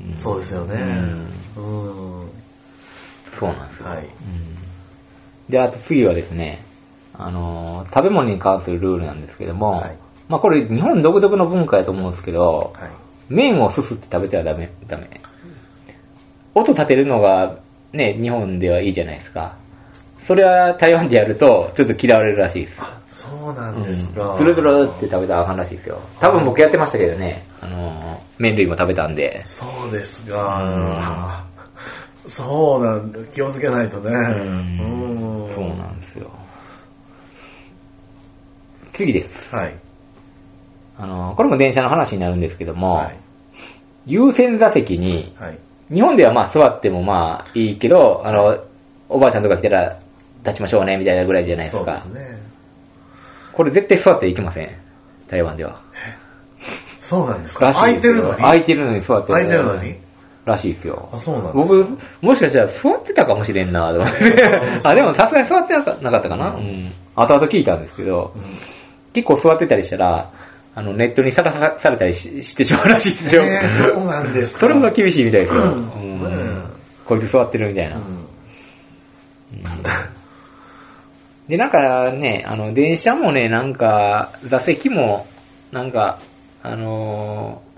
[SPEAKER 2] ん
[SPEAKER 1] そうですよね。うん。
[SPEAKER 2] そうなんですよ。
[SPEAKER 1] はい
[SPEAKER 2] うんで、あと次はですね、あのー、食べ物に関するルールなんですけども、
[SPEAKER 1] はい
[SPEAKER 2] まあこれ日本独特の文化やと思うんですけど、
[SPEAKER 1] はい。
[SPEAKER 2] 麺をすすって食べてはダメ、ダメ。音立てるのがね、日本ではいいじゃないですか。それは台湾でやると、ちょっと嫌われるらしいです。
[SPEAKER 1] あ、そうなんですか。
[SPEAKER 2] つるつるって食べたらあかんらしいですよ。多分僕やってましたけどね、あのー、麺類も食べたんで。
[SPEAKER 1] そうですか。そうなんだ。気をつけないとね。
[SPEAKER 2] うん
[SPEAKER 1] うん
[SPEAKER 2] そうなんですよ。次です。
[SPEAKER 1] はい。
[SPEAKER 2] あの、これも電車の話になるんですけども、
[SPEAKER 1] はい。
[SPEAKER 2] 優先座席に、
[SPEAKER 1] はい。
[SPEAKER 2] 日本ではまあ座ってもまあいいけど、あの、おばあちゃんとか来たら立ちましょうねみたいなぐらいじゃないです
[SPEAKER 1] そう
[SPEAKER 2] か。
[SPEAKER 1] ですね。
[SPEAKER 2] これ絶対座っていけません。台湾では。
[SPEAKER 1] そうなんですか。
[SPEAKER 2] らし
[SPEAKER 1] 空い
[SPEAKER 2] です
[SPEAKER 1] て
[SPEAKER 2] よ
[SPEAKER 1] るのに。
[SPEAKER 2] 空いてるのに座って
[SPEAKER 1] 空いてるのに
[SPEAKER 2] らしいですよ。
[SPEAKER 1] あそうなんですか
[SPEAKER 2] 僕、もしかしたら座ってたかもしれんなと思って。 [laughs] あ、でもさすがに座ってなかったかな。う
[SPEAKER 1] うん
[SPEAKER 2] ん。後々聞いたんですけど、
[SPEAKER 1] うん
[SPEAKER 2] 結構座ってたりしたら、あの、ネットにさらさされたりししてしまうらしいですよ。
[SPEAKER 1] ねえそうなんです
[SPEAKER 2] [laughs]
[SPEAKER 1] か
[SPEAKER 2] それも厳しいみたいですよ。う
[SPEAKER 1] うん
[SPEAKER 2] ん
[SPEAKER 1] ね
[SPEAKER 2] こいつ座ってるみたいな。で、なんかね、あの、電車もね、なんか、座席も、なんか、あのー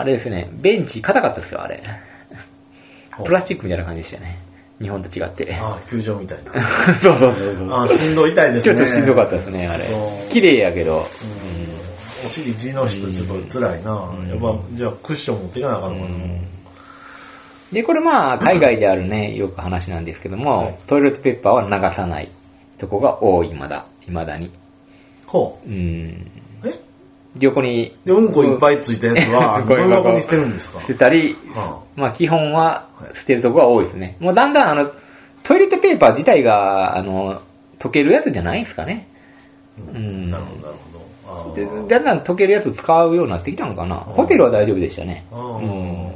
[SPEAKER 2] あれですね、ベンチ硬かったですよ、あれ。プラスチックみたいな感じでしたね。日本と違って。
[SPEAKER 1] あ、球場みたいな。
[SPEAKER 2] [laughs] そうそうそうそう。
[SPEAKER 1] あ、しんどい痛いです
[SPEAKER 2] ちょ
[SPEAKER 1] ね。
[SPEAKER 2] っとしんどかったですね、あれ
[SPEAKER 1] そう。
[SPEAKER 2] 綺麗やけど。
[SPEAKER 1] うんお尻 G の人ちょっと辛いな。
[SPEAKER 2] ん
[SPEAKER 1] やっぱ、じゃあクッション持っていかなあかんのか
[SPEAKER 2] うん
[SPEAKER 1] な。
[SPEAKER 2] で、これまあ、海外である
[SPEAKER 1] [laughs]
[SPEAKER 2] ね、よく話なんですけども、
[SPEAKER 1] はい
[SPEAKER 2] トイレットペーパーは流さないとこが多い、まだ、未だに。
[SPEAKER 1] ほ
[SPEAKER 2] うん。
[SPEAKER 1] う。え
[SPEAKER 2] 横に。
[SPEAKER 1] で、うんこいっぱいついたやつは、
[SPEAKER 2] うん
[SPEAKER 1] ゴ
[SPEAKER 2] こいっぱい
[SPEAKER 1] ミ箱に捨てる
[SPEAKER 2] [laughs]
[SPEAKER 1] んですか
[SPEAKER 2] 捨てたり、
[SPEAKER 1] は
[SPEAKER 2] まあ、基本は
[SPEAKER 1] はい
[SPEAKER 2] 捨てるとこが多いですね。もうだんだん、あの、トイレットペーパー自体が、あの、溶けるやつじゃないですかね。
[SPEAKER 1] う
[SPEAKER 2] うん
[SPEAKER 1] んなるほど、なるほど。あ
[SPEAKER 2] で
[SPEAKER 1] ー
[SPEAKER 2] だんだん溶けるやつ使うようになってきたのかな。ホテルは大丈夫でしたね。
[SPEAKER 1] あ
[SPEAKER 2] うん
[SPEAKER 1] ー。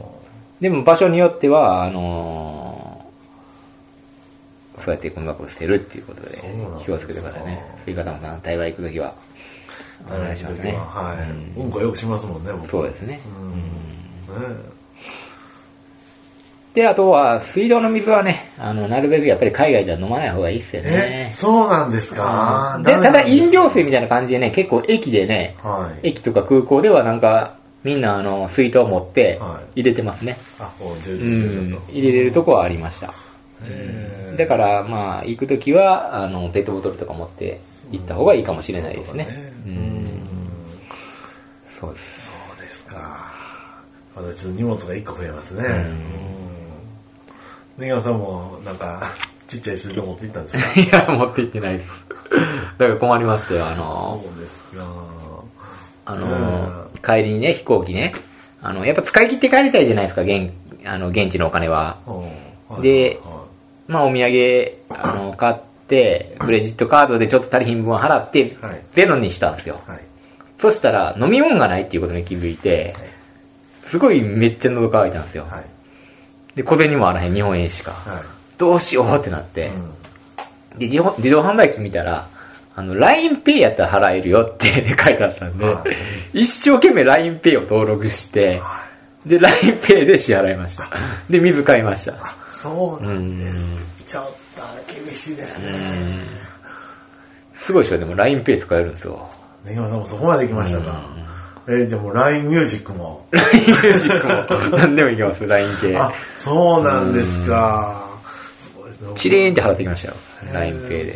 [SPEAKER 2] でも場所によっては、あのーそうやってゴミ箱を捨てるっていうことで
[SPEAKER 1] そうなんです、か
[SPEAKER 2] 気をつけてくださいね。そういう方もさ、台湾行くときは、お
[SPEAKER 1] 食べ
[SPEAKER 2] 願い
[SPEAKER 1] る
[SPEAKER 2] し
[SPEAKER 1] 時
[SPEAKER 2] ます
[SPEAKER 1] は
[SPEAKER 2] ね。
[SPEAKER 1] はい。
[SPEAKER 2] う
[SPEAKER 1] うんんこよくしますもんね、僕。
[SPEAKER 2] そうですね。
[SPEAKER 1] うん。ね
[SPEAKER 2] で、あとは、水道の水はね、あの、なるべくやっぱり海外では飲まない方がいいですよ
[SPEAKER 1] え、
[SPEAKER 2] ね。
[SPEAKER 1] そうなんですか
[SPEAKER 2] うんで、ただ飲料水み
[SPEAKER 1] たい
[SPEAKER 2] たいな感じでね、結構駅でね、
[SPEAKER 1] な。はい。
[SPEAKER 2] 駅とか空港ではなんか、みんなあの、水筒を持って
[SPEAKER 1] は、い
[SPEAKER 2] 入れてますね。
[SPEAKER 1] あ、こう、重
[SPEAKER 2] う
[SPEAKER 1] 々
[SPEAKER 2] ん
[SPEAKER 1] と。、
[SPEAKER 2] 入れれるとこはありました。
[SPEAKER 1] へー
[SPEAKER 2] だから、まあ、行くときは、あの、ペットボトルとか持って行った方がいいかもしれないですね。
[SPEAKER 1] う
[SPEAKER 2] うん
[SPEAKER 1] ん。
[SPEAKER 2] そうです。 [laughs]
[SPEAKER 1] そうですか。まだちょっと荷物が一個増えますね。
[SPEAKER 2] うん
[SPEAKER 1] うん。ネガさんも、なんか、ちっちゃい水道持って行ったんですか
[SPEAKER 2] いや、持って行ってないです。 [laughs] だから困りましたよ、あの、
[SPEAKER 1] そうですか。
[SPEAKER 2] あの、帰りにね、飛行機ね。あの、やっぱ使い切って帰りたいじゃないですか、現、あの、現地のお金は。
[SPEAKER 1] うん、はい
[SPEAKER 2] で
[SPEAKER 1] は
[SPEAKER 2] まあ、お土産、あ
[SPEAKER 1] [coughs]
[SPEAKER 2] の、買って、クレジットカードでちょっと足りひん分払って
[SPEAKER 1] はい、
[SPEAKER 2] ゼロにしたんですよ。
[SPEAKER 1] いはい。
[SPEAKER 2] そしたら、飲み物がないっていうことに気づいて、すごいめっちゃ喉乾いたんですよ。
[SPEAKER 1] はい。
[SPEAKER 2] で、小銭もあらへん、日本円しか。
[SPEAKER 1] はい。
[SPEAKER 2] どうしようってなって、
[SPEAKER 1] うん
[SPEAKER 2] で自動自動販売機見たら、あの、LINEPay やったら払えるよって [laughs] 書いてあったんで、
[SPEAKER 1] は
[SPEAKER 2] 一生懸命 LINEPay を登録して、
[SPEAKER 1] は
[SPEAKER 2] で、LINEPay で支払いました。で、水買いました。
[SPEAKER 1] いそうなんで
[SPEAKER 2] うん
[SPEAKER 1] す。ちょっと厳しいです
[SPEAKER 2] う
[SPEAKER 1] ね。
[SPEAKER 2] んすごいでしょ、でも LINEPay 使えるんですよ。
[SPEAKER 1] ネギマさんもそこまで来ましたか。えー、じゃあもう LINE ミュージックも。
[SPEAKER 2] LINE ミュージック [laughs] も、何でもいけます、LINE 系。
[SPEAKER 1] あ、そうなんですか。そうですね
[SPEAKER 2] きれいにって払ってきましたよ、LINEPay で。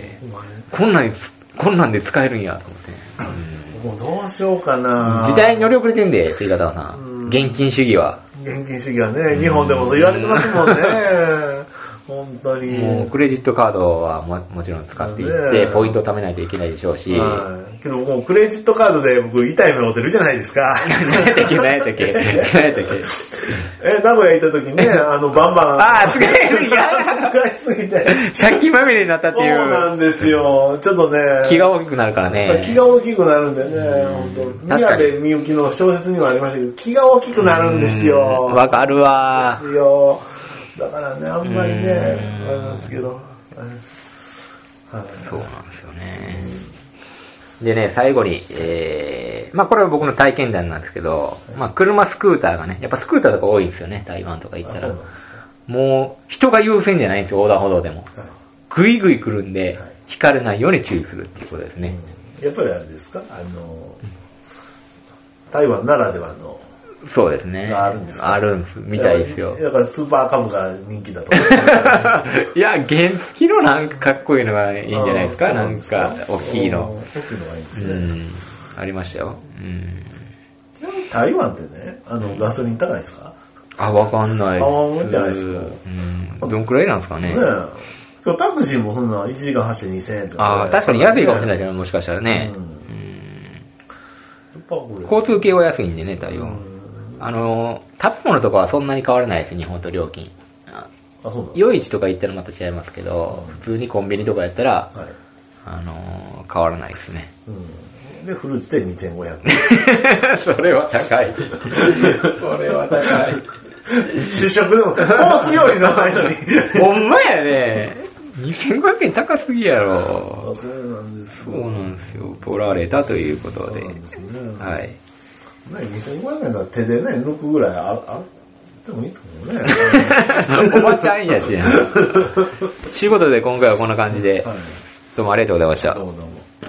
[SPEAKER 2] こんなん、こんなんで使えるんや、と思って。うん
[SPEAKER 1] もうどうしようかな。
[SPEAKER 2] 時代に乗り遅れてんで、という言い方はな
[SPEAKER 1] うん。
[SPEAKER 2] 現金主義は。
[SPEAKER 1] 現金主義はね、日本でもそう言われてますもんね。本当に。
[SPEAKER 2] もうクレジットカードはももちろん使っていって、
[SPEAKER 1] ね
[SPEAKER 2] ポイントを貯めないといけないでしょうし、何
[SPEAKER 1] はいけどもうクレジットカードで僕痛い目を負ってるじゃないで
[SPEAKER 2] [laughs]
[SPEAKER 1] すか。
[SPEAKER 2] やったっけ、 [laughs] 何やったっけ、何やったっけ。
[SPEAKER 1] え、名古屋行った時
[SPEAKER 2] [laughs]
[SPEAKER 1] ね、あの、バンバン。
[SPEAKER 2] ああ、使えるや
[SPEAKER 1] [laughs] 使いすぎて。
[SPEAKER 2] [laughs] 借金まみれになったって
[SPEAKER 1] そう
[SPEAKER 2] い
[SPEAKER 1] なん
[SPEAKER 2] う、
[SPEAKER 1] ですよ。ちょっとね。
[SPEAKER 2] 気が大きくなるから
[SPEAKER 1] そう
[SPEAKER 2] ね。
[SPEAKER 1] 気が大きくなるんだよね、本当。
[SPEAKER 2] 確か
[SPEAKER 1] 宮
[SPEAKER 2] に
[SPEAKER 1] 部みゆきの小説にもありましたけど、気が大きくなるんですよ。
[SPEAKER 2] うんわかるわ
[SPEAKER 1] で。すよ。だからね、あんまりね、
[SPEAKER 2] うん
[SPEAKER 1] あれなんですけど。はい
[SPEAKER 2] そうなんですよね。でね、最後に、えー、まあこれは僕の体験談なんですけど、まあ車スクーターがね、やっぱスクーターとか多いんですよね、台湾とか行った
[SPEAKER 1] あそ
[SPEAKER 2] ら
[SPEAKER 1] う。なんですか。
[SPEAKER 2] もう人が優先じゃないんですよ、横断歩道でも。
[SPEAKER 1] はい
[SPEAKER 2] ぐいぐい来るんで
[SPEAKER 1] はい、
[SPEAKER 2] 引かれないように注意するっていうことですね。
[SPEAKER 1] うんやっぱりあれですかあの、台湾ならではの、
[SPEAKER 2] そうですね。
[SPEAKER 1] があるんですか
[SPEAKER 2] あるんです。みたいですよ。
[SPEAKER 1] だからスーパーカブが人気だと
[SPEAKER 2] いや、原付きのなんかかっこいいのが [laughs] いいんじゃないですか、なんか、大きいの。。
[SPEAKER 1] あーそうなんですか大きいのがいいんで
[SPEAKER 2] う
[SPEAKER 1] すね。
[SPEAKER 2] ん、ありましたよ。うん。
[SPEAKER 1] ちなみに台湾ってね、あの、ガソリン高いですか
[SPEAKER 2] あ、わかんない
[SPEAKER 1] あわかんないですか
[SPEAKER 2] うん。どんくらいなんですか
[SPEAKER 1] ね
[SPEAKER 2] ね。
[SPEAKER 1] え。タクシーもそんな1時間走って2000円とか。
[SPEAKER 2] あー確かに安いかもしれないです
[SPEAKER 1] やっ
[SPEAKER 2] よね、もしかしたらね。
[SPEAKER 1] うんぱこ
[SPEAKER 2] うん
[SPEAKER 1] れ。
[SPEAKER 2] 交通系は安いんでね、対
[SPEAKER 1] う
[SPEAKER 2] 応。
[SPEAKER 1] ん
[SPEAKER 2] あのー、食べ物とかはそんなに変わらないです、日本と料金。あ
[SPEAKER 1] あ、そうなんです
[SPEAKER 2] 夜市とか行ったらまた違いますけど、
[SPEAKER 1] うん
[SPEAKER 2] 普通にコンビニとかやったら
[SPEAKER 1] か、はい。
[SPEAKER 2] あのー変わらないですね。
[SPEAKER 1] うん。で、フルーツで2500
[SPEAKER 2] それは高い。それは高い。
[SPEAKER 1] 円。 [laughs] 主食でも、コース料理の間に。
[SPEAKER 2] ほんまやね。2500円高すぎやろ
[SPEAKER 1] あ、。そうなんです
[SPEAKER 2] そ
[SPEAKER 1] か。
[SPEAKER 2] うなんですよ。取られたということで
[SPEAKER 1] そうなんです。ね
[SPEAKER 2] はい。
[SPEAKER 1] ね、2500円だったら手でね、抜くぐらいあ、あでもいいですけど [laughs]
[SPEAKER 2] [laughs]
[SPEAKER 1] ね。
[SPEAKER 2] おばちゃんや [laughs] しな。ちゅうことで今回はこんな感じで、
[SPEAKER 1] はい
[SPEAKER 2] どうもありがとうございました
[SPEAKER 1] どう。もどうも。